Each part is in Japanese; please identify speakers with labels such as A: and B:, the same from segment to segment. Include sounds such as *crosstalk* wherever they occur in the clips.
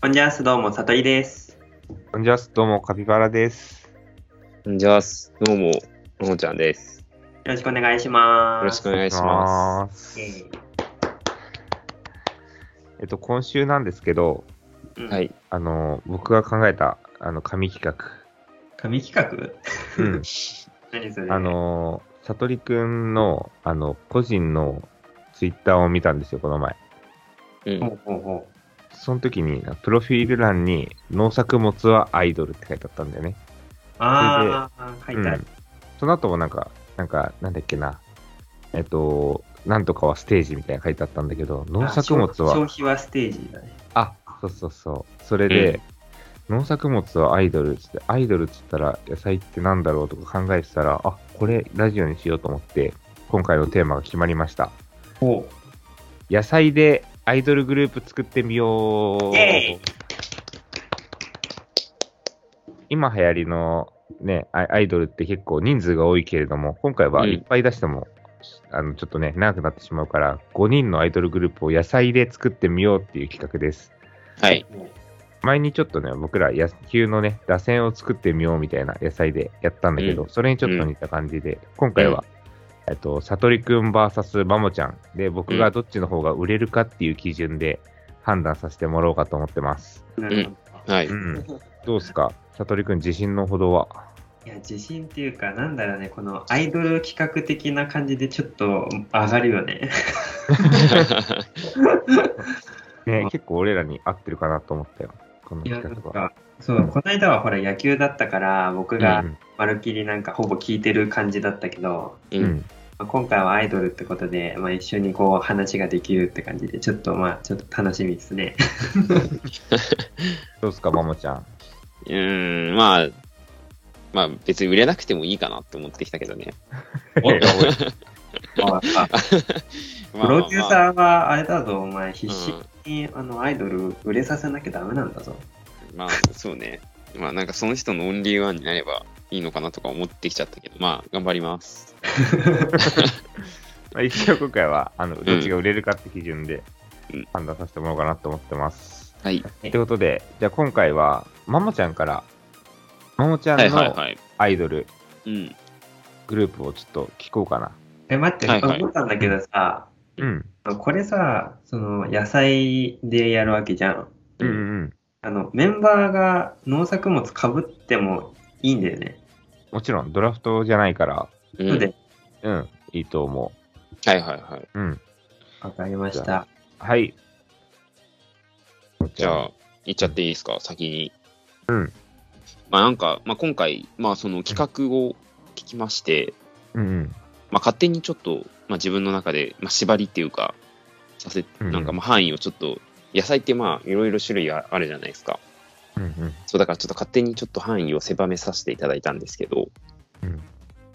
A: こんにちは、どうも、さといです。
B: こんにちは、どうも、カピバラです。
C: じゃあ、どうも、のほちゃんです。
A: よろしくお願いしま
C: よ
A: す。
C: ろしくお
B: お。
C: 願いします
A: す。え
B: えっと、今週なんですけど、
A: えうん
C: す。は。い。
B: あの、僕が考えた、あの、神企
A: 神企
B: 画。
C: *laughs*
B: うん。
A: 画何それ
B: あ、の、さとりくんの、あの、個人のツイッターを見たんですよ、この前。
C: うん
A: ほ。うほうほ
B: その時に、プロフィール欄に、農作物はアイドルって書いてあったんだよね。
A: う。ああ、書いてあ
B: う
A: る
B: ん。その後もなんか、なんか、なんだっけな、えっと、なんとかはステージみたいなの書いてあったんだけど、農作
A: あ
B: 物は
A: 消消費はステージだね。
B: あ、そうそうそう。それで、農作物はアイドルっつって、アイドルっつったら野菜ってなんだろうとか考えてたら、あ、これラジオにしようと思って、今回のテーマが決まりました。
A: ほ
B: 野菜でアイドルグループ作ってみよう
A: イエ。
B: 今流行りのね、アイアイドルって結構人数が多いけれども、今回は
C: うん
B: いっぱい出しても、あのちょっとね、長くなってしまうから、5人のアイドルグループを野菜で作ってみようっていう企画です。
C: はい。
A: う。
B: 前にちょっとね、僕ら野球のね、打線を作ってみようみたいな野菜でやったんだけど、
C: う
B: それにちょっと似た感じで、今回は、えっと、さとりくん VS まもちゃんで、僕がどっちの方が売れるかっていう基準で判断させてもらおうかと思ってます。
A: なるほど。
C: はい。
B: うん。どうすかさとりくん自信のほどは。
A: *laughs* いや、自信っていうか、なんだろうね、このアイドル企画的な感じでちょっと上がるよね。
B: ね
A: あ、
B: 結構俺らに合ってるかなと思ったよ。この
A: いや、
B: 企
A: なん
B: 画は。
A: か、そう、この間はほら野球だったから、僕がまるっきりなんかほぼ聞いてる感じだったけど、
C: *laughs* う。
B: うんうんん。
A: まあ今回はアイドルってことで、まあ、一緒にこう話ができるって感じで、ちょっとまあ、ちょっと楽しみですね。
B: どうすかまもちゃん。
C: うーん、まあ、まあ別に売れなくてもいいかなって思ってきたけどね。
B: おい
A: ああ *laughs* プ
C: *laughs* まあまあまあ
A: ロデューサーはあれだぞ、お前、必死
C: うん
A: にあのアイドル売れさせなきゃダメなんだぞ。
C: まあ、そうね。まあなんかその人のオンリーワンになればいいのかなとか思ってきちゃったけど、まあ頑張ります。
B: まあ、一応今回はあのどっちが売れるかって基準で判断させてもらおうかなと思ってます。
C: はい。
A: うん
B: ってことで、じゃあ今回は、マモちゃんから、マモちゃ
C: はい
B: ん
C: はい
B: の
C: はい。
B: アイドル
C: うん。
B: グループをちょっと聞こうかな。
A: え、待って、
C: はいはい
A: 思ったんだけどさ、
B: うん。
A: これさ、その野菜でやるわけじゃん。
B: うんうんうん。
A: あの、メンバーが農作物かぶってもいいんだよね。
B: もちろんドラフトじゃないから、
C: うん
A: そうで、
B: うん、いいと思
C: はいはいはい。
B: う。うん。
A: わかりまし
B: じ
A: た。
B: はい。
C: じゃあ、いっちゃっていいですか、先に。
B: うん。
C: まあなんか、まあ今回、まあその企画を聞きまして、
B: うんうん。
C: まあ、勝手にちょっと、まあ、自分の中で、まあ、縛りっていうか、させ
B: うん
C: なんかまあ範囲をちょっと、野菜ってまあいろいろ種類があるじゃないですか。
B: うんうん。
C: そうだからちょっと勝手にちょっと範囲を狭めさせていただいたんですけど、
B: うん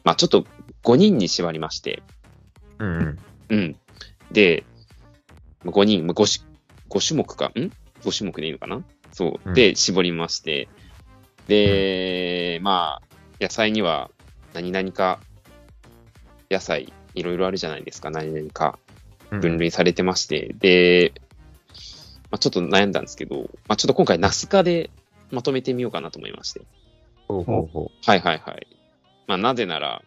C: まあちょっと5人に縛りまして、
B: うんうん。
C: うん。で、まあ5人、まあ、5, し5種目か、ん ?5 種目でいいのかなそうう。
B: ん
C: で、絞りまして、で、まあ、野菜には何々か、野菜、いろいろあるじゃないですか、何々か。
B: うん
C: 分類されてまして、で、まあ、ちょっと悩んだんですけど、まあ、ちょっと今回ナス科でまとめてみようかなと思いまして。
B: ほうほうほ
C: はいはいはい。まあ、なぜなら、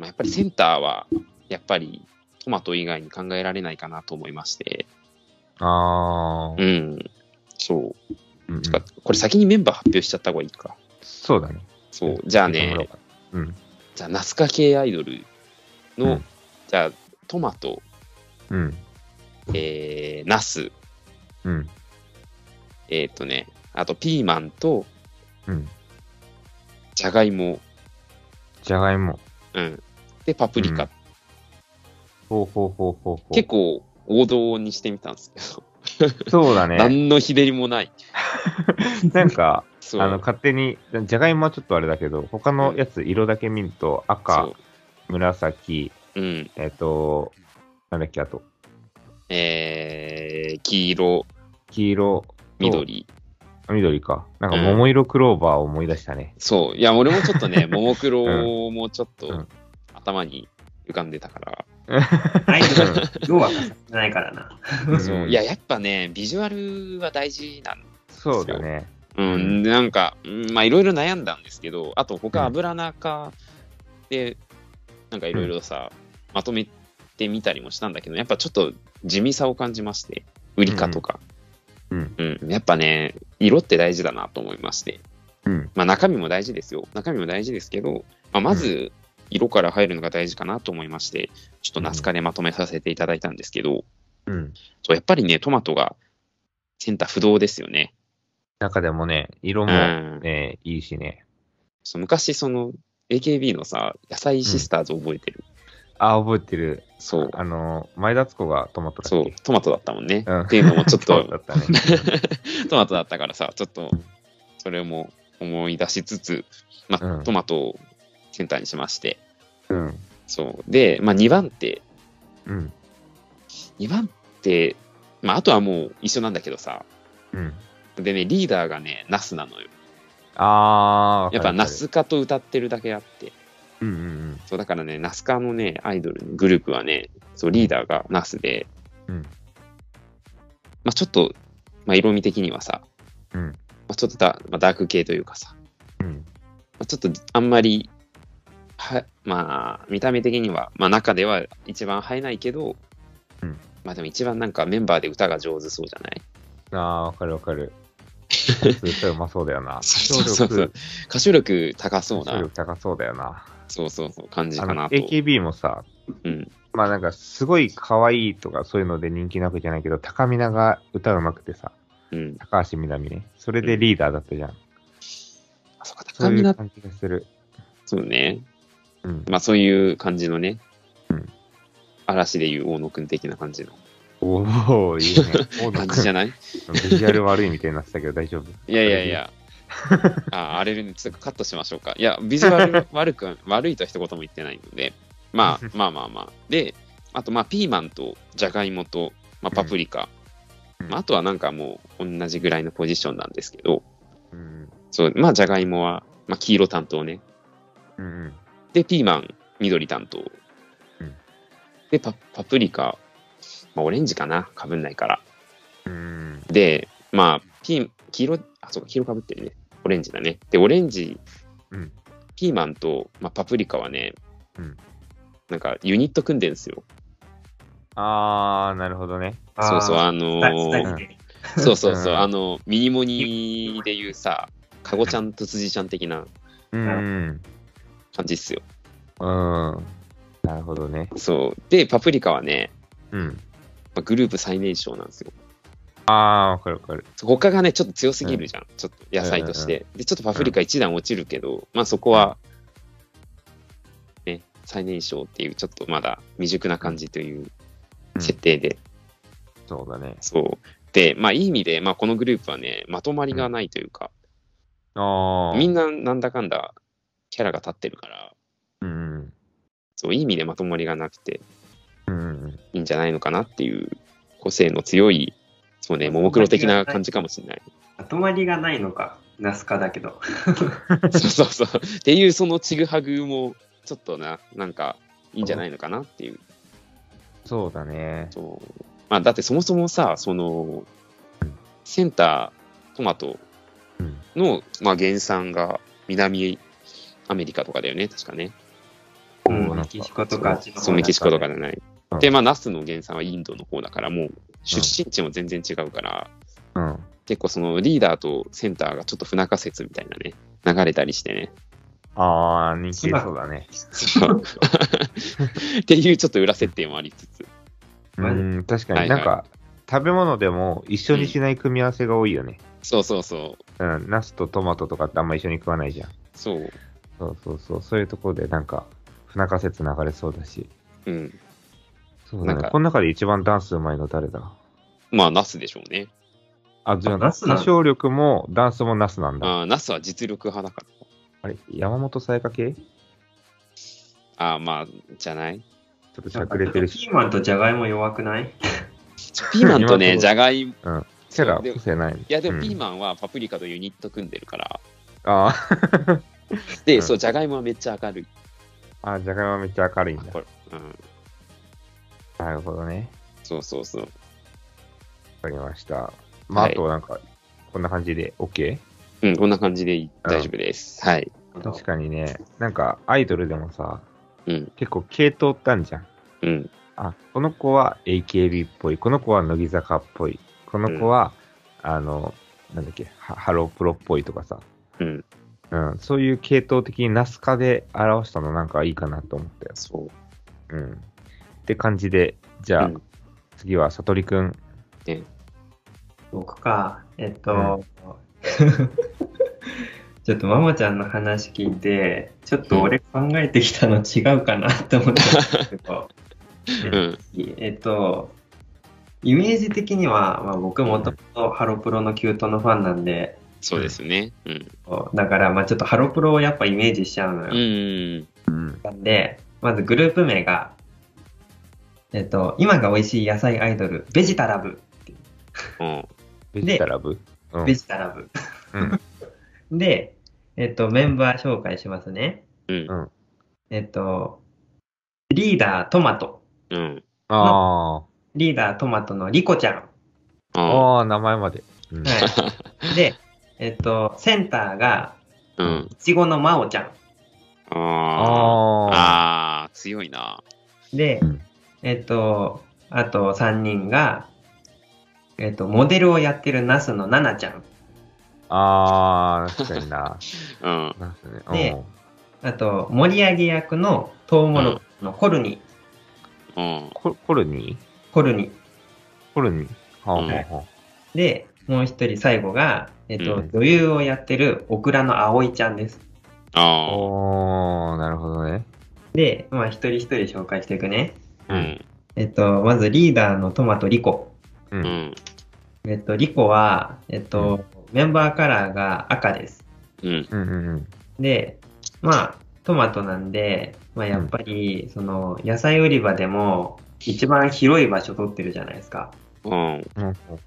C: まあ、やっぱりセンターは、やっぱりトマト以外に考えられないかなと思いまして。
B: う。あー
C: う。ん。そう。
B: うんうん
C: てかこれ先にメンバー発表しちゃった方がいいか。
B: そうだね。
C: そう。じゃあね、
B: うん。
C: じゃあナス科系アイドル
B: う
C: の、
B: ん
C: じゃあトマト、
B: うん。
C: えー、ナス、
B: うん。
C: えーっ、とね、あとピーマンと
B: うん。
C: じゃがいも、
B: じゃがいも。
C: うん。で、パプリカ。
B: うんほうほうほうほうほう。
C: 結構王道にしてみたんですけど、
B: そうだね。
C: 何のひでりもない。
B: なんか、
C: そう。
B: あの、勝手に、じゃがいもはちょっとあれだけど、他のやつ色だけ見ると、赤、紫、
C: そう。うん。
B: えっ、と、なんだっけ、あと、
C: えー、黄色、
B: 黄色、
C: 緑。
B: あ緑か。なんか桃色クローバーを思い出したね。
C: そう。いや、俺もちょっ
B: *laughs*
C: とね、ももクロもちょっ
B: う
C: と
B: ん
C: 頭に浮かんでたから。
A: アイドル、要は重ないからな。
B: うん
C: *laughs* そういや、やっぱね、ビジュアルは大事なん
B: そうだね。
C: うん、なんか、うんまあいろいろ悩んだんですけど、あと他油中で、なんかいろいろさ、まとめてみたりもしたんだけど、やっぱちょっと地味さを感じまして、売りかとか。
B: うん。
C: うん、やっぱね、色って大事だなと思いまして。
B: うん。
C: まあ中身も大事ですよ。中身も大事ですけど、まあ、まず色から入るのが大事かなと思いまして、ちょっとナスカでまとめさせていただいたんですけど、
B: うん。
C: そうやっぱりね、トマトがセンター不動ですよね。
B: 中でもね、色
C: う
B: も
C: ん。
B: ね、いいしね。
C: そう昔、その、AKB のさ、野菜シスターズ覚えてる。
B: あ、覚えてる。
C: そう。
B: あの、前田敦子がトマトだ
C: そ
B: っ
C: う
B: け、
C: トマトだったもんね。
B: うん
C: っていうのもちょ
B: *laughs*
C: っ
B: そうだ
C: と、
B: ったね。
C: トマトだったからさ、ちょっと、それも思い出しつつ、まあ、
B: うん
C: トマトをセンターにしまして、
B: うん。
C: そう。で、まあ、2番手、
B: うん。
C: 2番手、まあ、あとはもう一緒なんだけどさ、
B: うん。
C: でね、リーダーがね、ナスなのよ。
B: あー。
C: やっぱナ
B: な
C: ス
B: す
C: カと歌ってるだけあって、
B: うんうん
C: そうだからね、ナスカのね、アイドルのグループはね、そうリーダーがナスで、
B: うん
C: まあちょっと、まあ、色味的にはさ、
B: うん。うん。
C: まあ、ちょっとダ,、まあ、ダーク系というかさ、
B: うん。
C: まあ、ちょっとあんまり、はまあ、見た目的には、まあ、中では一番映えないけど、
B: うん
C: まあでも一番なんかメンバーで歌が上手そうじゃない
B: あー、わかるわか
C: *laughs*
B: る。それうまそうだよな。
C: そうそうそう歌唱力高そう
B: 歌唱
C: な、
B: 力高そうだよな。
C: そうそうそう、感じ
B: あ
C: か
B: の、
C: なと。
B: AKB もさ、
C: うん、
B: まあなんかすごい可愛いとかそういうので人気なわけじゃないけど、高見なが歌うまくてさ、
C: うん。
B: 高橋みなみね。それでリーダーだったじゃん。
C: あ、そうか、
B: そ
C: 高
B: う
C: み
B: い
C: な
B: う、感じがする。
C: そうね。
B: うん。
C: まあそういう感じのね、
B: うん
C: 嵐でいう大野くん的な感じの
B: おー、いいね。 *laughs* 大野
C: 感じじ
B: 君
C: ゃない
B: ビジュアル悪いみたいになってたけど大丈夫。
C: いやいや
B: *laughs*
C: いや。ああれね、ちょっとカットしましょうか。いや、ビジュア
B: *laughs*
C: ル悪く、悪いとは一言も言ってないので、まあまあまあまあ。で、あとまあピーマンとジャガイモと、まあ、パプリカ、
B: うん
C: まあ、あとはなんかもう同じぐらいのポジションなんですけど、
B: うん。
C: そう、まあジャガイモは、まあ、黄色担当ね。
B: うんうん。
C: で、ピーマン、緑担当。
B: ん
C: でパ、パプリカ、まあ、オレンジかな、かぶんないから。
B: うん。
C: で、まあ、ピー、黄色、あ、そうか、黄色かぶってるね。オレンジだね。で、オレンジ、
B: うん
C: ピーマンと、まあ、パプリカはね、
B: うん
C: なんかユニット組んでるんですよ。
B: あー、なるほどね。
A: あー
C: *laughs* そうそう、あの
A: 二
C: ー
A: 人で
C: そうそうそう、
B: うん
C: あの、ミニモニでいうさ、カゴちゃんと辻ちゃん的な
B: うん。
C: 感じっすよ。
B: うん。なるほどね。
C: そう。で、パプリカはね、
B: うん。
C: まあグループ最年少なんですよ。
B: あー、わかるわかる。
C: そう他がね、ちょっと強すぎるじゃん。ちょっと野菜として。で、ちょっとパプリカ一段落ちるけど、まあそこは、ね、最年少っていう、ちょっとまだ未熟な感じという
B: うん
C: 設定で、
B: そうだね。
C: そう。で、まあいい意味で、まあこのグループはね、まとまりがないというか、
B: あー。
C: み
B: ん
C: んななんだかんだキャラが立ってるから、
B: うん
C: そう、いい意味でまとまりがなくて
B: うん。うんうん。
C: いいんじゃないのかなっていう、個性の強い、そうね、ももクロ的な感じかもしれない。
A: まとまりがないのか、ナスカだけど。
C: そうそうそう。っていうそのちぐはぐも、ちょっとな、なんか、いいんじゃないのかなっていう。
B: そうだね。
C: そうまあ、だってそもそもさ、その、センター、トマト
B: うん。
C: の、まあ、原産が南アメリカとかだよね、確かね。
A: う
B: う
A: んん
B: なんか
A: メキシコとかあっちの方
C: そう、メキシコとかじゃない。
B: うん
C: で、まあ、ナスの原産はインドの方だから、もう、出身地も全然違うから、
B: うん。
C: 結構そのリーダーとセンターがちょっと不仲説みたいなね、流れたりしてね。
B: あー、人気出そうだね。
C: そうっていうちょっと裏設定もありつつ。
A: まあ
B: うん、確か
C: は
B: に
C: い
B: な
C: は
B: ん
C: い
B: か、食べ物でも一緒にしない組み合わせが多いよね。
C: そうそうそう。
B: うん、ナスとトマトとかってあんま一緒に食わないじゃん。
C: そう。
B: そうそうそう、そういうところでなんか、不仲説流れそうだし。
C: うん。
B: そうだ
C: なん
B: ね。
C: か
B: この中で一番ダンスうまいの誰だ
C: まあ、ナスでしょうね。
B: あ、じゃあ、
A: あナ
B: 歌
A: スなの
B: 唱力もダンスもナスなんだ。
C: あーナスは実力派だか
B: あれ、山本さやか系ち
C: ら。あーまあ、じゃない
B: ょっとしゃくれてるし。
A: ピーマンとジャガイモ弱くない
C: ピーマンと
B: 今のとこ
C: ね、
B: ろ
C: じゃがいも
B: うん、キャラ
C: そうで
B: 個性ない。い
C: いや、でもピー
B: ン。
C: マンはパプリカとユニット組んでるから。
B: あーう
C: で、
B: ん
C: そう、じゃがいもはめっちゃ明るい。
B: あ、じゃがいもはめっちゃ明るいんだ
C: こ。れうん。
B: なるほどね。
C: そうそうそう。
B: わかりました。まあ、
C: はい
B: あとなんか、こんな感じで OK?
C: うん、こんな感じでいい大丈夫です。はい。
B: 確かにね、なんかアイドルでもさ、
C: うん
B: 結構系統ったんじゃん。
C: うん。
B: あ、この子は AKB っぽい、この子は乃木坂っぽい、この子は、あの、なんだっけ、ハハロープロっぽいとかさ、
C: うん。
B: うん、そういう系統的にナスカで表したのなんかいいかなと思ったよ。
C: そう。
B: うん。って感じで、じゃあ、
C: うん
B: 次はさとりくん。
A: 僕か、えっ
B: う
A: と、 *laughs* ちょっとママちゃんの話聞いて、ちょっと俺考えてきたの違うかなって思ったんですけ
B: *laughs*
A: ど、
C: うん。
A: えっと、イメージ的には、まあ、僕もともとハロプロのキュートのファンなんで、
C: そうですね。うん。
A: だからまあちょっとハロプロをやっぱイメージしちゃうのよ。
C: うん。
B: うん。
A: なんで、まずグループ名が、えっと、今が美味しい野菜アイドル、ベジタラブ。
C: うん。
B: ベジタラブうん
A: ベジタラブ。*laughs*
B: うん。
A: で、えっと、メンバー紹介しますね。
C: うん
B: うん。
A: えっと、リーダートマト。
C: うん。
B: あ
A: リーダートマトのリコちゃん。
B: あ。
C: あ
B: ああ、名前まで。うん *laughs*
A: はい。で、えっと、センターが、
C: うん。
A: いちごのまおちゃ
C: ああ。
B: ああ。
C: ああ、強いな。
A: ん。で
B: うん、
A: えっと、あと3人が、えっと、モデルをやってるナスのナナちゃん。
B: ああ、確かにな。
C: うん。
B: なんすね。
C: *laughs*
A: で
B: うん
A: あと、盛り上げ役のトウモロコシのコルニ、
C: うん。
B: ココルニー
A: コルニ。
B: コルニーはあ
C: うん
B: はあは
A: で、もう一人最後が、えっと、
C: うん
A: 女優をやってるオクラの葵ちゃんです。
B: あ。
C: あ
B: おー、なるほどね。
A: で、まあ一人一人紹介していくね。
C: あ。うん。
A: えっと、まずリーダーのトマトリコ。
B: う。
C: うんん。
A: えっと、リコは、えっと、メンバーカラーが赤です。
C: うん。
B: うんうんうん。
A: で、まあ、トマトなんで、まあやっぱり、その、野菜売り場でも、一番広い場所取ってるじゃないですか。
C: うん。
B: うん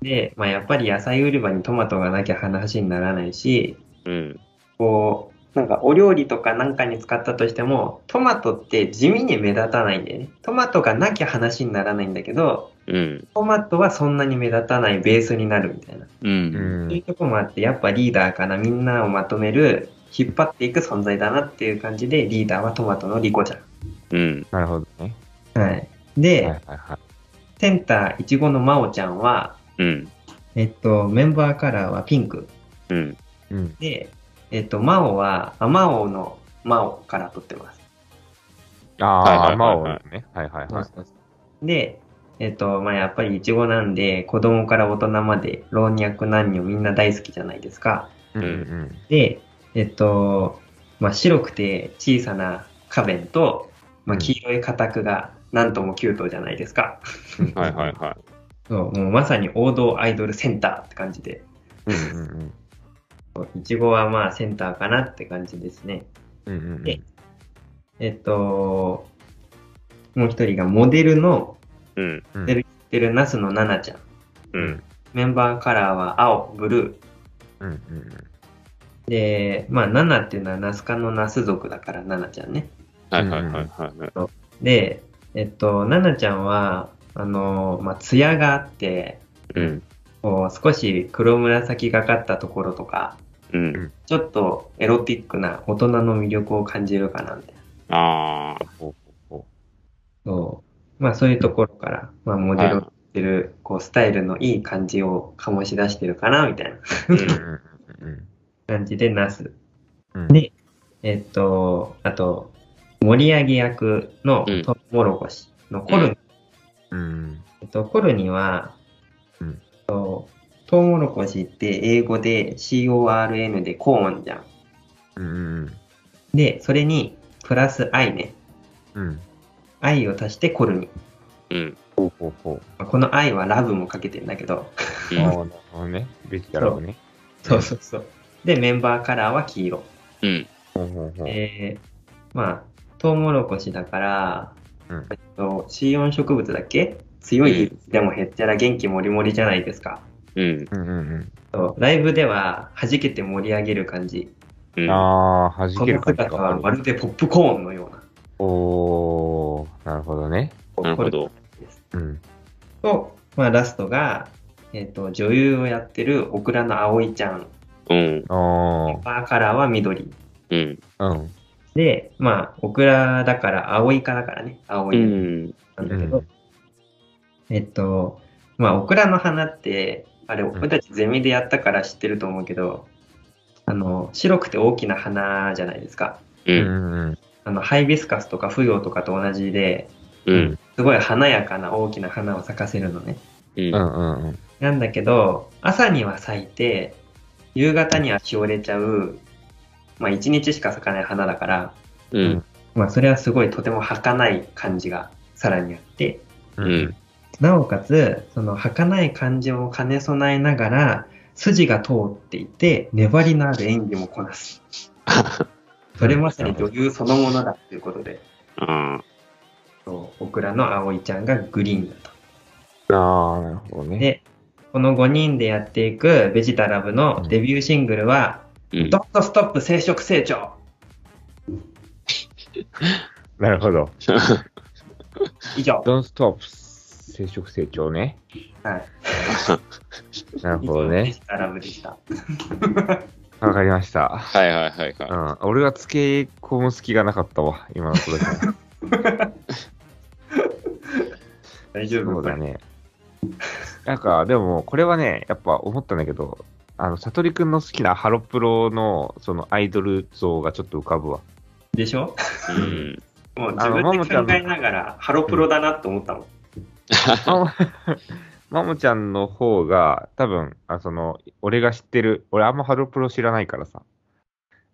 A: で、まあやっぱり野菜売り場にトマトがなきゃ話にならないし、
C: うん。
A: こう、なんかお料理とかなんかに使ったとしても、トマトって地味に目立たないんだよね。トマトがなきゃ話にならないんだけど、
C: うん。
A: トマトはそんなに目立たないベースになるみたいな。
C: う。
B: うん。
A: そういうんとこもあって、やっぱリーダーかな、みんなをまとめる、引っ張っていく存在だなっていう感じで、リーダーはトマトのリコちゃ
C: うん。
B: なるほどね。
A: ん。はい。
B: は
A: で、
B: いはいはい。
A: センター、いちごのまおちゃんは、
C: うん。
A: えっと、メンバーカラーはピンク。
C: うん。
B: うん。
A: で、えっと、まおは、あまおのまおから取ってます。
B: あ
C: は
B: あ、
C: いは
B: マ
C: い
B: オ
C: はいはい
B: ね。はいはい
A: そう
B: はい。
A: そうそうで、えっと、まあ、やっぱりイチゴなんで、子供から大人まで老若男女みんな大好きじゃないですか。
B: うんうん
A: で、えっと、まあ、白くて小さな花弁と、まあ、
B: うん
A: 黄色い花卓がなんともキュートじゃないですか。
B: うん。
C: はいはいは
A: そう、もうまさに王道アイドルセンターって感じで、
B: い。うんうん
A: イチゴはまあセンターかなって感じですね。
B: うん。うんうん
A: でえっと、もう一人がモデルの、
C: い。うん。
B: うん。
A: 出るてるナスのナナちゃん。
C: うん。
A: メンバーカラーは青、ブルー、
B: うんうん
A: で、まあ、ナナっていうのはナスカのナス族だから、ナナちゃんね。
C: はいはいはいはい。
A: で、えっと、ナナちゃんは、あの、まあ、ツヤがあって、
C: うん。
A: こう、少し黒紫がかったところとか、
C: うん。
A: ちょっとエロティックな大人の魅力を感じるかな、みたいな。
C: ああ。
B: ほうほうほ
A: そう。まあ、そういうところから、まあ、モデルをやってる、こう、スタイルのいい感じを醸し出してるかな、みたいな
C: う
B: ううん
C: ん。
B: うん
A: 感じで、ナス。
B: うん。
A: でえっと、あと、盛り上げ役の
C: うん
A: トウモロコシのコル
C: う
A: ネ
B: うん。
A: えっと、コルニは、
B: うん
A: えっと、トウモロコシって英語で CORN でコーンじゃん。
B: うんうん
A: で、それにプラス I ね。
B: うん。うん。
A: I を足してコルニ。
C: うん。
B: ほうほうほ
A: まあこの I はラブもかけてんだけど。
B: う。ああ、なるほどね。ベジタラブね。
A: そうそうそう。で、メンバーカラーは黄色。
C: うん。
B: ほうほうほう。
A: えー、まあ、トウモロコシだから、
B: うん
A: えっと、C4 植物だっけ強いでもへっちゃら元気もりもりじゃないですか。
C: うん。
B: うんうん
A: そうライブでは弾けて盛り上げる感じ。
C: う。
B: うんん。ああ、弾
A: こ
B: ける
A: の
B: 感じ
A: 姿はまるでポップコーンのような。
B: おー、なるほどね。
C: なるほど。
B: うん。
A: と、まあ、ラストが、えっと女優をやってるオクラの葵ちゃん
C: うん。
B: あ
A: パーカラーは緑
C: うん。
B: あ、うん。
A: でまあオクラだから葵かだからね
C: う
A: 葵
C: ん。
A: なん
B: う
A: だけ
B: ん
A: ど、。えっとまあオクラの花ってあれ俺たちゼミでやったから知ってると思うけど、あの白くて大きな花じゃないですか
C: う。
B: うんん
A: あのハイビスカスとかフヨウとかと同じで
C: う
B: うんん。
A: すごい華やかな大きな花を咲かせるのね
C: うん。
B: うんうんうん。
A: なんだけど、朝には咲いて、夕方にはしおれちゃう、まあ一日しか咲かない花だから、
C: うん。
A: まあそれはすごいとても儚い感じがさらにあって、
B: うん
A: なおかつ、その儚い感じを兼ね備えながら、筋が通っていて、粘りのある演技もこな
B: *laughs*
A: す。それまさに女優そのものだということで、
C: あ
A: そうオクラの葵ちゃんがグリーンだと。
B: ああ、なるほどね。
A: で、この5人でやっていくベジタラブのデビューシングルは、
C: ーうん
A: ドットストップ生殖成長
B: なるほど。
A: 以上。
B: Don't stop 生殖成長ね。
A: はい。
B: なるほど
A: 以上で
B: ね。
A: したラブでした。
B: わかりました。。
C: はいはいはいはいう
B: ん。俺がつけ込む隙がなかったわ。今のこれから。
A: 大丈
B: そうだね。なんか、でも、これはね、やっぱ思ったんだけど、あの、悟りくんの好きなハロプロの、そのアイドル像がちょっと浮かぶわ。
A: でしょ
C: うん。
A: もう自
B: あの
A: 分で考
B: ママちゃ
A: え
B: ん
A: ながら、ハロプロだなと思ったもん。
B: マモマモちゃんの方が、多分、あその、俺が知ってる、俺あんまハロプロ知らないからさ、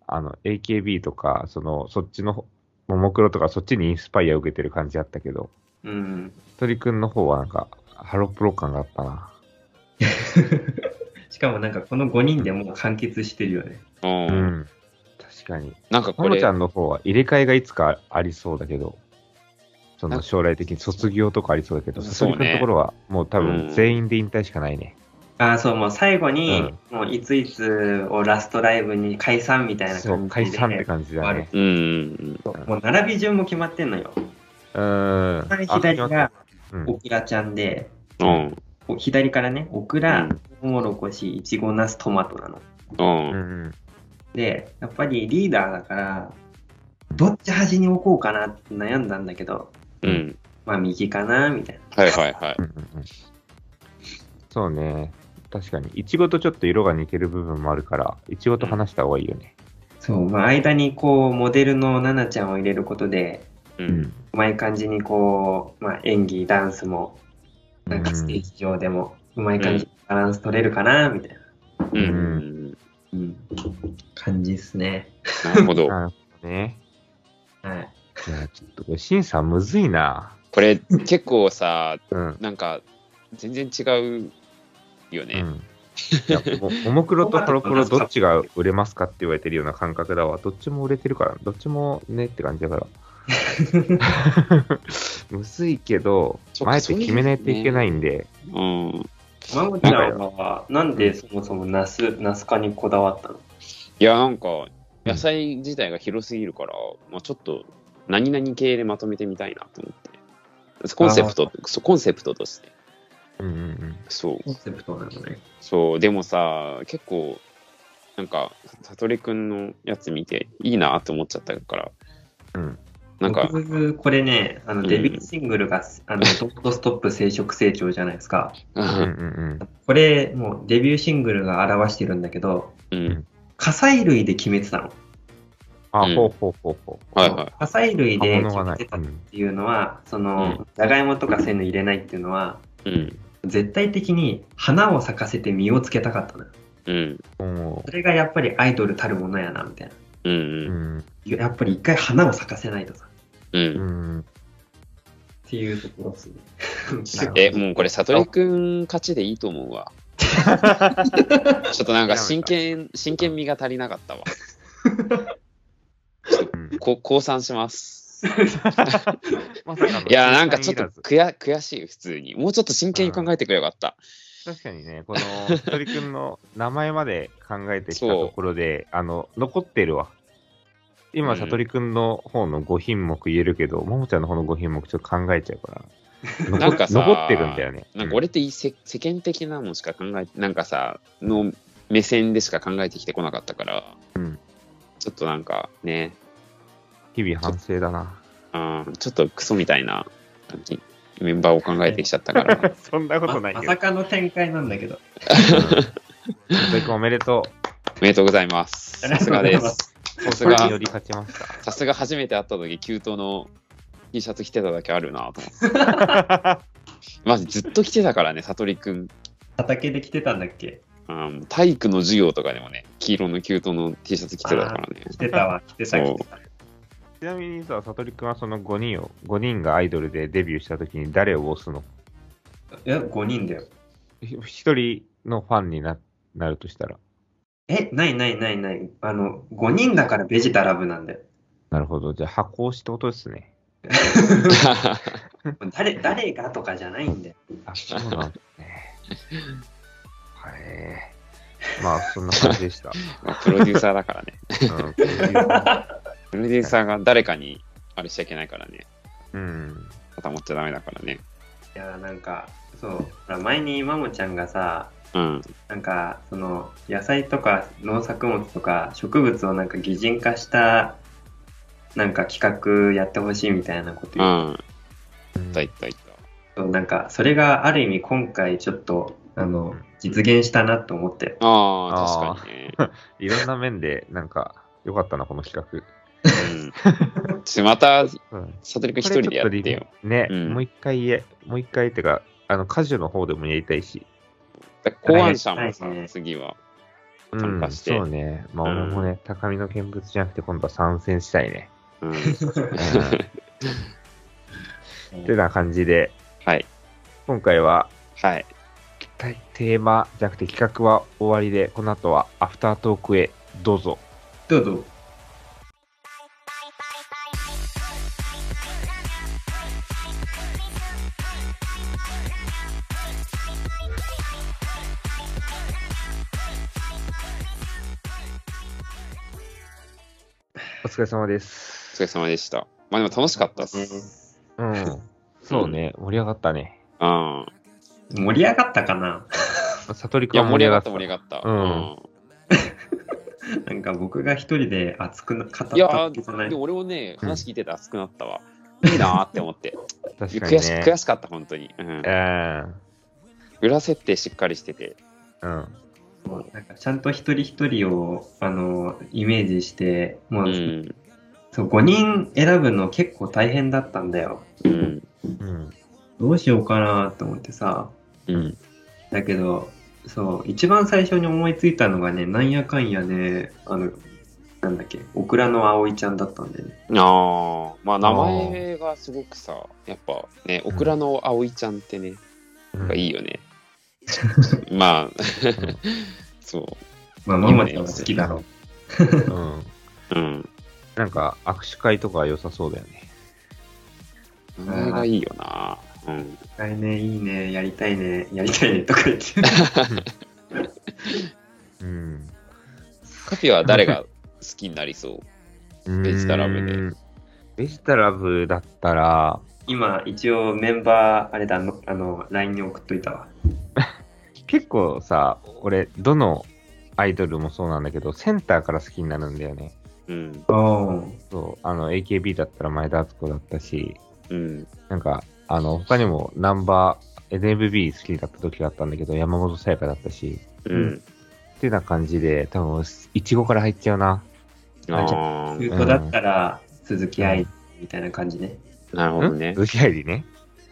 B: あの、AKB とか、その、そっちの、ももクロとかそっちにインスパイア受けてる感じあったけど、
A: うん。
B: 鳥くんの方はなんか、ハロプロ感があったな。
A: *laughs* しかもなんかこの5人でもう完結してるよね。
B: う
C: うん
B: ん。確かに。
C: なんかこ
B: もも
C: れ
B: ちゃ、んの方は入れ替えがいつかありそうだけど、そ
C: なん
B: の
C: か
B: 将来的に卒業とかありそうだけど、
C: そう
B: そ
C: ね
B: う、ね、のところはもう多
C: う
B: 分
C: ん
B: 全員で引退しかないね。
A: ああ、そう、もう最後に、もういついつをラストライブに解散みたいな
B: そ
A: 感じで。
B: う、解散って感じだね。
C: うんうん
A: そうもう並び順も決まってんのよ。
B: うーん。
A: 左が
B: うん
A: オクラちゃんで、
C: うん。うん。
A: お左からね、オクラ、
C: うん
A: トウモロコシ、イチゴ、ナス、トマトなの。
C: うん
B: う。ん
A: で、やっぱりリーダーだから、どっち端に置こうかなって悩んだんだけど、
C: うん。
A: まあ右かな、みたいな。
C: はいはいはい
B: うんう。んうんそうね。確かに。いちごとちょっと色が似てる部分もあるから、いちごと話した方がいいよね。
A: そう、まあ間にこう、モデルのナナちゃんを入れることで、
C: う。。
B: うん
A: うまい感じにこう、まあ演技、ダンスも、なんかステージ上でも、うまい感じにバランス取れるかな、みたいな、
C: うんうん。
A: うん、感じですね。
C: なるほど。
B: なるほどね。
A: はい。
B: いや、ちょっとこれ、審査むずいな。
C: これ結構さ、
B: うん。
C: なんか全然違うよ
B: う
C: ね。
B: んいやもももクロとハロプロどっちが売れますかって言われてるような感覚だわ。どっちも売れてるから、どっちもねって感じだ
C: *laughs*
B: から。むずいけど、
C: そうか
B: 前って決めないといけないんで、
C: うん。
A: マモちゃんは、なんでそもそもナス、ナス科にこだわったの
C: いや、なんか野菜自体が広すぎるから、まあちょっと何々系でまとめてみたいなと思って。コンセプト、そうコンセプトとして。
B: うんうんうん、
C: そう。
A: コンセプトなのね。
C: そう、でもさ、結構、なんか、さとりくんのやつ見て、いいなと思っちゃったから、
B: うん
C: なんか、
A: 僕、これね、あの、
C: うん
A: デビューシングルが、あの、ドットストップ生殖成長じゃないですか。
C: う
B: うんうん
C: ん、
B: うん。
A: これ、もうデビューシングルが表してるんだけど、
C: うん、
A: 火砕類で決めてたの。
B: あ、
C: うん
B: ほうほうほうほ
C: はいはい。
A: 火砕類
B: う。
A: で決
B: 刃物が
A: め
B: な
A: て
B: い。
A: た
B: う
A: っ
B: ん
A: ていうのは、そうの、じゃがいもとかそういうの入れないっていうのは、
C: うん、
A: 絶対的に花を咲かせて実をつけたかったのよ。
C: うん、
B: も
A: それがやっぱりアイドルたるものやな、みたいな。
C: う、
B: ううんん
A: やっぱり一回花を咲かせないとさ。
C: う。
B: うんん。
A: っていうところですね。
B: *laughs*
C: え、もうこれ、さとりくん勝ちでいいと思うわ。ちょっとなんか真剣、真剣味が足りなかったわ。
B: うん
C: こ降参します。
B: まさかの
C: いや、なんかちょっと
B: 審査員いらず
C: 悔悔しい、普通に。もうちょっと真剣に考えてくれよかった。
B: 確かにね、この、ひとりくんの名前まで考えてきたところで、あの、残ってるわ。今、
C: うん
B: さとりくんの方の5品目言えるけど、ももちゃんの方の5品目ちょっと考えちゃうから。残
C: なんかさ、
B: 残ってるんだよね。
C: なんか俺っていい世世間的なもんしか考えて、なんかさ、の目線でしか考えてきてこなかったから、
B: うん
C: ちょっとなんかね、
B: うん日々反省だな。
C: うん、ちょっとクソみたいな感じメンバーを考えてきちゃったか
B: *laughs*
C: ら。
B: そんなこと
A: ま
B: ない
A: ま
B: けど。
A: さかの展開なんだけど。
B: うんさとりくんおめでと
C: おめでとうございます。
A: ありがと
C: さす
A: うご
C: が
A: ざい
C: で
A: ます
C: す。さ
B: う。
C: す
B: これ
C: が
B: に、より勝ちました。
C: さすが初めて会った時、給湯の T シャツ着てただけあるなと思って。マジずっと着てたからね、さとりくん。
A: 畑で来てたんだっけ
C: うん体育の授業とかでもね、黄色の給湯の T シャツ着てたからね。
A: 来てた
B: *laughs*
A: わ、来てた、
C: そう
A: 来てた。
B: ちなみにさ、さとりくんはその5人を、5人がアイドルでデビューしたときに誰を推すの
A: え、5人だよ。
B: ひ一人のファンにななるとしたら。
A: え、ないないないない。あの、5人だからベジタラブ
B: *laughs*
A: なんだよ。
B: なるほど。じゃあ、箱推しってことですね。
A: 誰、誰がとかじゃないんだよ。
B: あ、そうなんですね。はい。まあ、そんな感じで
C: *laughs*
B: した。
C: *laughs* まあプロデューサーだからね。
B: う
C: プロデューサーが誰かにあれしちゃいけないからね。
B: ん。うん、
C: 固まっちゃダメだからね。
A: いやー、なんか、そう、ほら前にマモちゃんがさ、
C: うん。
A: なんか、その、野菜とか農作物とか植物をなんか擬人化した、なんか企画やってほしいみたいなこと
C: う
A: 言っ
C: ん。
B: うん
C: だいたい
A: て、
C: た。
A: そうなんか、それがある意味今回ちょっと、あの、実現したなと思ってよ。
C: ああ、確かにね。
B: いろんな面で、なんか、良かったな、この企画。
C: うん。ちょまた、
B: うん
C: さとりくん一
B: これ
C: 人
B: ち
C: でや
B: ょ
C: っ
B: とリ
C: て
B: ベ
C: よ。
B: ね、
C: うん
B: もう一回や、もう一回ってか、あの、家事の方でもやりたいし。
C: だから考案者もさ
A: はいは、い
C: 次は。
B: う
C: 参
B: ん
C: 加、して
B: そうね。まあ、俺もね、高みの見物じゃなくて、今度は参戦したいね。
C: うん。
B: う
C: *laughs*
B: んってな感じで、
C: はい。
B: 今回は、
C: はい。
B: テーマじゃなくて企画は終わりで、この後はアフタートークへどうぞ。
A: どうぞ。
B: お疲れ様で
C: お
B: す。
C: 疲れ様でした。まあでも楽しかったっす。 *laughs*
B: うん。そうね、盛り上がったね。
C: うん。
A: 盛り上がったかな *laughs*
B: 悟り
C: い
B: くん
C: や、
B: は
C: 盛り上がった、盛
B: 盛
C: り
B: り上
C: 上
B: がっ
C: がった。
B: うん
A: なんか僕が一人で熱くな語った
C: いや
A: わけじゃな
C: ー、
A: い
C: で。も俺もね、
B: うん
C: 話聞いてて熱くなったわ。いいなーって思って。
B: た。確かに
C: 悔し
B: ね。
C: 悔しかった、本当に。うん。裏設定しっかりしてて。
B: うん。うん。
A: そうなんかちゃんと一人一人をあのイメージして、も
C: う
A: う,、
C: ん。
A: そう5人選ぶの結構大変だったんだよ。
C: うん。
B: うん。
A: どうしようかなと思ってさ。
C: うん。
A: だけど、そう、一番最初に思いついたのがね、なんやかんやね、あの、なんだっけ、オクラの葵ちゃんだったんだよね。
C: ああ、まあ名前がすごくさ、やっぱね、オクラの葵ちゃんってね、
B: うん
C: がいいよね。まあ、 *laughs* そ
A: まあ、ママちゃんは好きだろう。
B: うん。
C: う。うん。
B: なんか、握手会とか良さそうだよね。
C: 名前がいいよな。うん。
A: 来年いいね、やりたいね、やりたいねとか言って。 *laughs*
B: うん。
C: カピは誰が好きになりそうベジタラブで
B: うんベジタラブだったら、
A: 今、一応メンバー、あれだ、のあの、LINE に送っといたわ。
B: 結構さ、俺、どのアイドルもそうなんだけど、センターから好きになるんだよね。
C: うん。
A: うん。
B: そう、あの、AKB だったら前田敦子だったし、
C: うん。
B: なんか、あの、他にもナンバー、NMB 好きだった時があったんだけど、山本さやかだったし、
C: うん。
B: ってな感じで、多分、いちごから入っちゃうな。
C: あ
A: 中
C: あ、
A: 古だったら、鈴木愛みたいな感じね。
C: なるほどね。
B: 付き合いでね。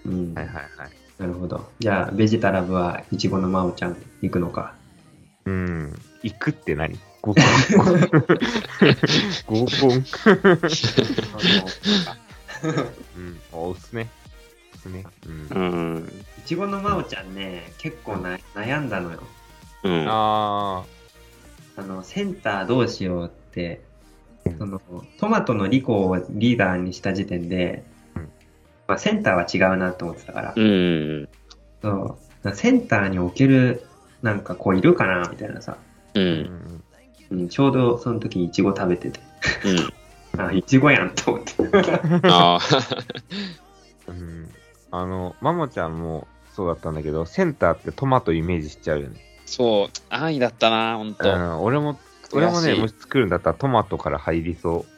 A: うん。
B: は
A: な
B: いはいはい。
A: るほど。じゃあ、ベジタラブは、いちごのまおちゃん行くのか。
B: うん。行くって何合コン。合コン。うん。おすね。おすね。うん
C: う。ん。
A: いちごのまおちゃんね、結構な悩んだのよ。
C: うん。
B: あ
A: あの、センターどうしようって、その、トマトのリコをリーダーにした時点で
B: うん、
A: まあ、センターは違うなと思ってたから
C: う、ん。
A: そうなセンターに置ける、なんかこういるかなみたいなさ、
C: うん。う。
B: うんん
A: うん、ちょうどその時いちご食べてて、あ、いちごやんと思って。
C: ああ。
B: うん、あの、マモちゃんもそうだったんだけど、センターってトマトイメージしちゃうよね。
C: *laughs* そう。安易だったな、ほん
B: う
C: と。うん
B: ん、俺も、俺もね、
C: 悔しい
B: もし作るんだったらトマトから入りそう。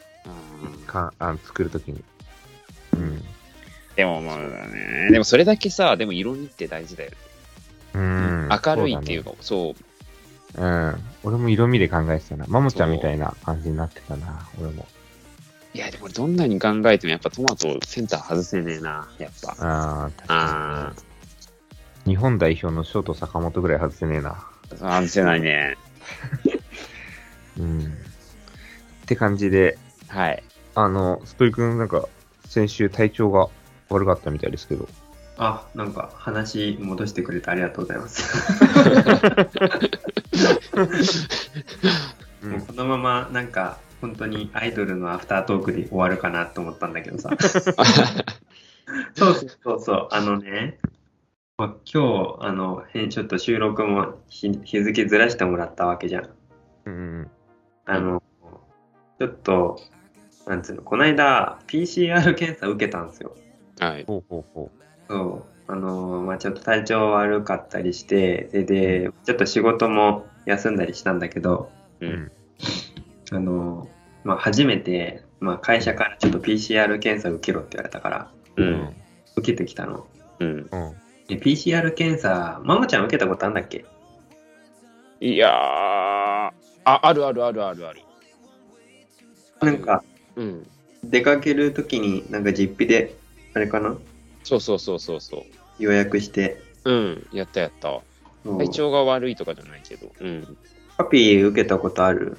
B: かあの作るときに。うん。
C: でもまあね。でもそれだけさ、でも色味って大事だよね。
B: うん、
C: 明るいっていうか、そう,、
B: そうだね、うん。俺も色味で考えてたな。マモちゃんみたいな感じになってたな、俺も。
C: いや、でもどんなに考えてもやっぱトマトセンター外せねえな、やっぱ。
B: あー確
C: あ
B: かに。日本代表のショート坂本ぐらい外せねえな。
C: あ、外せないね。
B: うん。って感じで、
C: はい。 *laughs*
B: あの、ストイ君なんか、先週体調が悪かったみたいですけど。
A: あ、なんか話戻してくれてありがとうございます。
B: う
A: もうこのままなんか本当にアイドルのアフタートークで終わるかなと思ったんだけどさ。そうそうそうそう、あのね、まあ、今日、あの、へんちょっと収録も日日付ずらしてもらったわけじゃん。
B: うん。
A: あの、ちょっと、なんつうの、この間、PCR 検査受けたんですよ。
C: はい。
B: ほうほうほ
A: そう。あの、まあ、ちょっと体調悪かったりして、で、で、ちょっと仕事も休んだりしたんだけど、
C: う
B: う。
C: ん。。
A: あの、まあ、初めて、まあ、会社からちょっと PCR 検査受けろって言われたから、
C: う
B: うんん。
A: 受けてきたの。
C: うん。
B: うん。
A: で、PCR 検査、ママちゃん受けたことあんだっけ
C: いやー、あ、あるあるあるあるある。
A: なんか、
C: うん。
A: 出かけるときになんか実費で、あれかな
C: そうそうそうそうそ
A: 予約して。
C: う。うん。やったやった。
A: うん
C: 体調が悪いとかじゃないけど。うん。
A: パピー受けたことある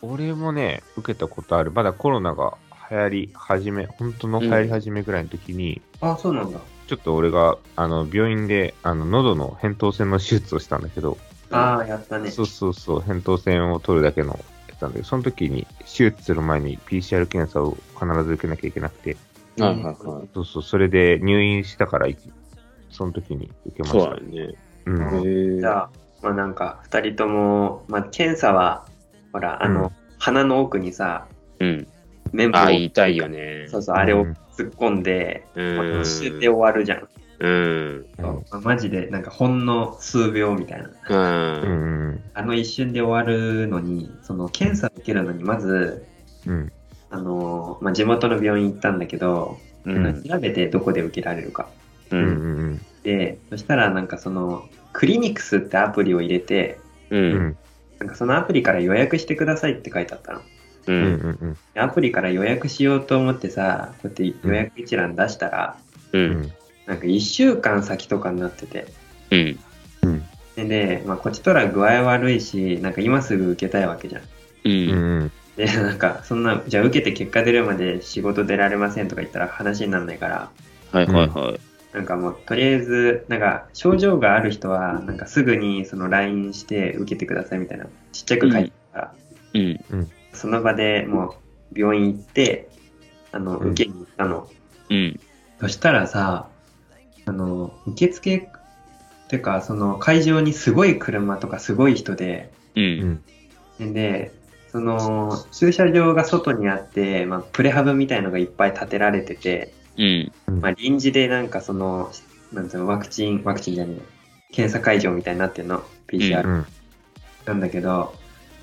B: 俺もね、受けたことある。まだコロナが流行り始め、本当の流行り始めぐらいの時に、
A: あ、そうなんだ。
B: ちょっと俺が、あの、病院で、あの、喉の扁桃腺の手術をしたんだけど、
A: ああ、やったね。
B: そうそうそう、扁桃腺を取るだけのやつなんだけど、その時に、手術する前に PCR 検査を必ず受けなきゃいけなくて、
C: はいはいはい。
B: そうそう、それで入院したから、いその時に受けました。
C: そうだよね。
B: うん。
A: じゃあ、まあなんか、二人とも、まあ検査は、ほら、あの、
B: うん
A: 鼻の奥にさ、
C: うん。
A: 綿棒
C: あ、
A: を
C: 痛いよね。
A: そうそう、あれを
B: うん
A: 突っ込んで、
C: う
A: まあ
C: ん。
A: シュッて終わるじゃん。
C: うん。
B: うん
A: まあマジで、なんかほんの数秒みたいな。
C: う。
B: うんん。
A: あの一瞬で終わるのに、その検査受けるのに、まず、
B: うん。
A: あのーまあ、地元の病院行ったんだけど、
C: う。
B: うん
A: 調べてどこで受けられるか。
C: う
B: うん
C: ん。
B: うん。
A: で、そしたらなんかその、クリニクスってアプリを入れて、
C: う。
B: うんん。
A: なんかそのアプリから予約してくださいって書いてあったの。
C: う。
B: うん。うんん。うん。
A: アプリから予約しようと思ってさ、こうやって予約一覧出したら、
C: う。
B: うんん。
A: なんか1週間先とかになってて。
C: うん。
B: うん。
A: で、ねまあ、こっちとら具合悪いし、なんか今すぐ受けたいわけじゃん。
C: うん。
B: うん。
A: で、なんか、そんな、じゃあ受けて結果出るまで仕事出られませんとか言ったら話にならないから、
C: はいはいはい。
A: なんかもう、とりあえず、なんか、症状がある人は、なんかすぐにその LINE して受けてくださいみたいな、ちっちゃく書いてたから、
C: うん。
A: その場でもう、病院行って、あの、
B: うん
A: 受けに行ったの。
C: うん。
A: そしたらさ、あの、受付、ってか、その会場にすごい車とかすごい人で、
C: うん。
A: で、その、駐車場が外にあって、まあ、プレハブみたいのがいっぱい建てられてて、
C: うん。
A: まあ、臨時でなんかその、なんつうの、ワクチン、ワクチンじゃねえよ検査会場みたいになってんの、
B: う
A: PCR
B: ん。
A: なんだけど、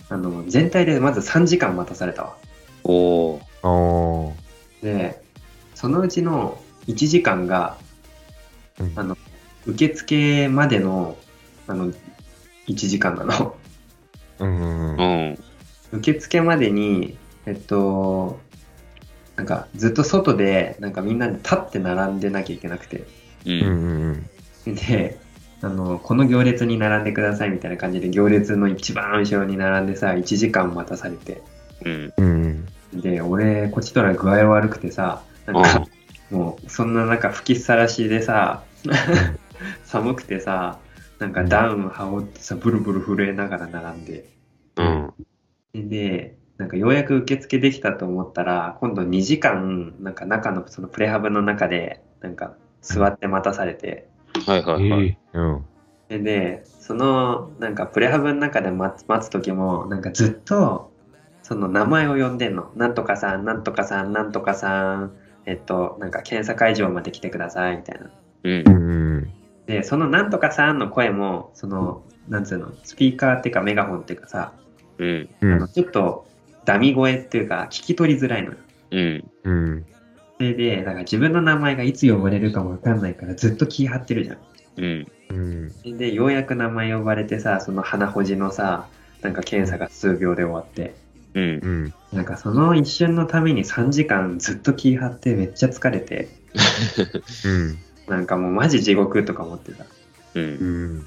A: あの、全体でまず3時間待たされたわ。
C: おー。
B: おー。
A: で、そのうちの1時間が、
B: うん
A: あの、受付までの、あの、1時間なの。 *laughs*
B: うん。うん。
C: うん。
A: 受付までに、えっと、なんかずっと外で、なんかみんなで立って並んでなきゃいけなくて。
C: う。
B: うんん。
A: で、あの、この行列に並んでくださいみたいな感じで、行列の一番後ろに並んでさ、1時間待たされて。
C: うん。
B: うん。
A: で、俺、こっちとら具合悪くてさ、なん
C: あ
A: か、もう、そんな中吹きさらしでさ、 *laughs* 寒くてさ、なんかダウン羽織ってさ、ブルブル震えながら並んで。
C: うん。
A: で、なんかようやく受付できたと思ったら、今度2時間、なんか中のそのプレハブの中で、なんか座って待たされて、
C: はいはいはい。
B: ええうん。
A: でね、その、なんかプレハブの中で待つ待つ時も、なんかずっと、その名前を呼んでんの。なんとかさん、なんとかさん、なんとかさん、えっと、なんか検査会場まで来てください、みたいな。
C: うん
B: う。ん。
A: で、そのなんとかさんの声も、その、なんつうの、スピーカーっていうかメガホンっていうかさ、
C: うん。
B: う
A: あ
B: ん
A: の。ちょっとダミ声っていうか、聞き取りづらいのよ。
C: うん。
B: うん。
A: それで、なんか自分の名前がいつ呼ばれるかもわかんないから、ずっと気張ってるじゃん。
C: うん。
B: うん。
A: で、ようやく名前呼ばれてさ、その鼻ほじのさ、なんか検査が数秒で終わって、
C: うん。
B: うん。
A: なんかその一瞬のために3時間ずっと気張ってめっちゃ疲れて、
B: うん。
A: なんかもうマジ地獄とか思ってた。
C: うん。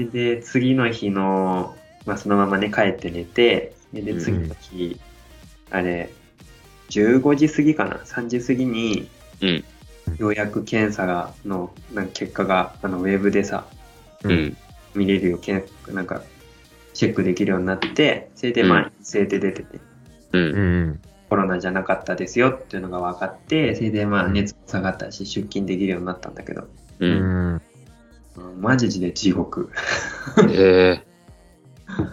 B: うん。
A: で、次の日の、まあそのままね、帰って寝て、で、
C: うん
A: 次の日、あれ、15時過ぎかな ?3 時過ぎに、
C: うん
A: ようやく検査が、の、なんか結果が、あの、ウェブでさ、
C: うん。うん。
A: 見れるよ、けんなんか、チェックできるようになって、それで、まあ、
C: うん
A: 陰性で出てて、
C: うん。
B: うん。
A: コロナじゃなかったですよっていうのが分かって、それで、まあ、熱も下がったし、出勤できるようになったんだけど、
B: う
C: うん。
B: ん。
A: うんマジで地獄。
C: ええ。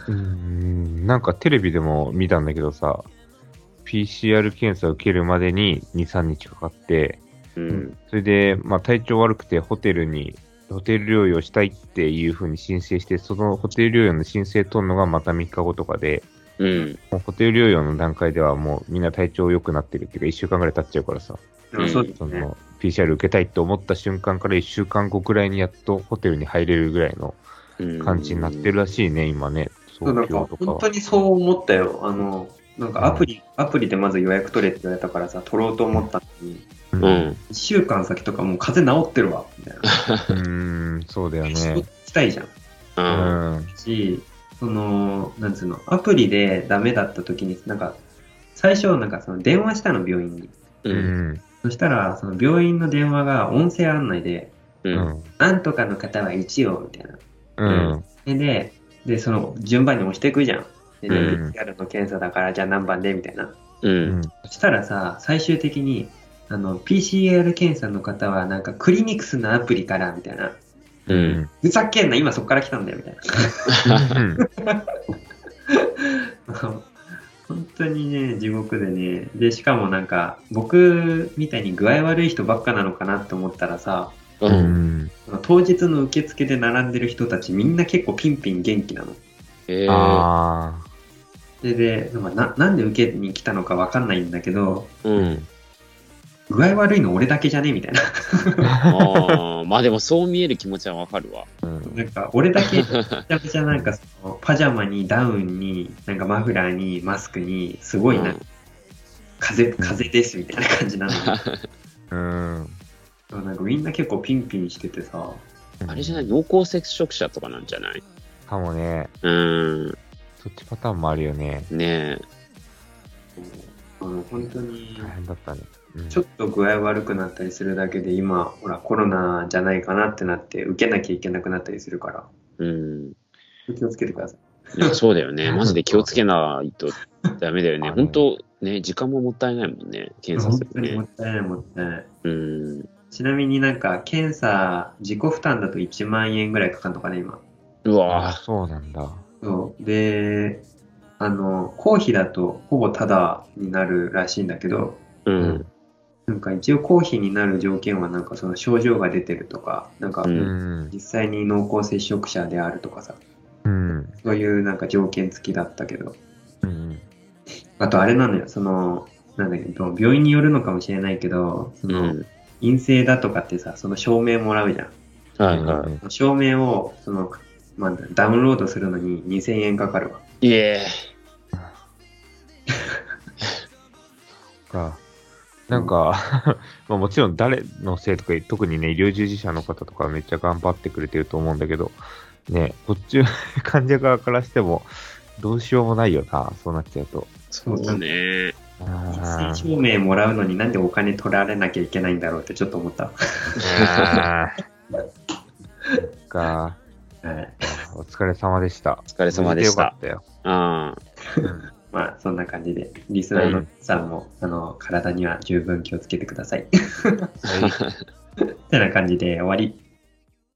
B: うん。なんかテレビでも見たんだけどさ、PCR 検査受けるまでに2、3日かかって、
C: うん。
B: それで、まあ体調悪くてホテルに、ホテル療養したいっていうふうに申請して、そのホテル療養の申請取るのがまた3日後とかで、
C: うん。
B: もうホテル療養の段階ではもうみんな体調良くなってるっていうか、1週間ぐらい経っちゃうからさ、
C: うん
A: そうです
B: そ
A: ね。
B: の PCR 受けたいと思った瞬間から1週間後くらいにやっとホテルに入れるぐらいの
C: うん。
B: 感じになってるらしいね、今ね。
A: そうなん
B: 東
A: か
B: 京とか
A: 本当
B: は。
A: にそう思ったよ。あの、なんかアプリ、アプリでまず予約取れって言われたからさ、取ろうと思ったのに、
B: う
C: うんん。
A: 1週間先とかもう風邪治ってるわ、みたいな。
B: うん、そうだよ
A: 仕
B: ね
A: 事。したいじゃん。
C: う。
B: うんん。
A: し、その、なんつうの、アプリでダメだった時に、なんか、最初なんかその電話したの、病院に。
C: う。
B: うんん。
A: そしたら、その病院の電話が音声案内で、
C: う。
B: うんん。
A: なんとかの方は1を、みたいな。
B: うん。
A: でで、で、その順番に押していくじゃん。で、ね
C: うん
A: PCR の検査だから、じゃあ何番で、みたいな。
C: う。
B: うんん。
A: そしたらさ、最終的に、あの、PCR 検査の方は、なんか、クリニクスのアプリから、みたいな。
C: う。
B: うんん。
A: ふざけんな、今そっから来たんだよ、みたいな。 *laughs* 本当にね、地獄でね。で、しかもなんか、僕みたいに具合悪い人ばっかなのかなって思ったらさ、
B: う
C: うん。
B: ん。
A: その当日の受付で並んでる人たちみんな結構ピンピン元気なの。
C: ええ。
B: あ
A: それで、まあななんで受けに来たのかわかんないんだけど、
C: うん。
A: 具合悪いの俺だけじゃねみたいな。 *laughs*
C: ああ。まあでもそう見える気持ちはわかるわ。
B: あ。うん
A: なんか、俺だけ、めちゃめちゃなんかその、パジャマにダウンに、なんかマフラーに、マスクに、すごいな、
C: うん
A: 風、風ですみたいな感じなのに。
B: うん。
A: でもなんかみんな結構ピンピンしててさ、
C: あれじゃない濃厚接触者とかなんじゃない
B: かもね。
C: うん。
B: そっちパターンもあるよね。
C: ねえ。
A: あの本当に、
B: 大変だったね。うん
A: ちょっと具合悪くなったりするだけで、今、ほら、コロナじゃないかなってなって、受けなきゃいけなくなったりするから、
C: うん。
A: 気をつけてください。
C: いやそうだよね。マジで気をつけないとダメだよね。
B: あの
C: 本当ね、時間ももったいないもんね。検査
A: 本
C: す
A: 当に
C: る
A: も
C: ね
A: っ。たいないもったいない。
C: うん。
A: ちなみになんか、検査、自己負担だと1万円ぐらいかかるのかな、今。
C: う
B: あ、
C: わ
B: そうなんだ。
A: そう。で、あの、公費だとほぼタダになるらしいんだけど、
C: う。。
B: うん
A: なんか一応公費になる条件はなんかその症状が出てるとか、なんか
C: う
B: うん。
A: 実際に濃厚接触者であるとかさ、
B: うん。
A: そういうなんか条件付きだったけど、
B: うん。
A: あとあれなのよ、その、なんだけど、病院によるのかもしれないけど、そうの
C: ん。
A: 陰性だとかってさ、その証明もらうじゃん。
C: はいは
A: その証明を、その、まあ、ダウンロードするのに2000円かかるわ。
C: い。いえ。
B: か。なんか、 *laughs* まあもちろん誰のせいとか、特にね、医療従事者の方とかめっちゃ頑張ってくれてると思うんだけど、ね、こっち、 *laughs* 患者側からしても、どうしようもないよな、そうなっちゃうと。
A: そう
C: そうね。
B: あ *laughs*
A: 陰性証明もらうのになんでお金取られなきゃいけないんだろうってちょっと思った。
B: あ。そっか。
A: はい。
B: お疲れ様でした。
C: お疲れ様でし
B: よ
C: た
B: か。ったよ。
C: あ
A: まあ、そんな感じで、リスナーの皆さんも、あの、 *laughs* 体には十分気をつけてください。
B: はい
A: てな感じで終わり。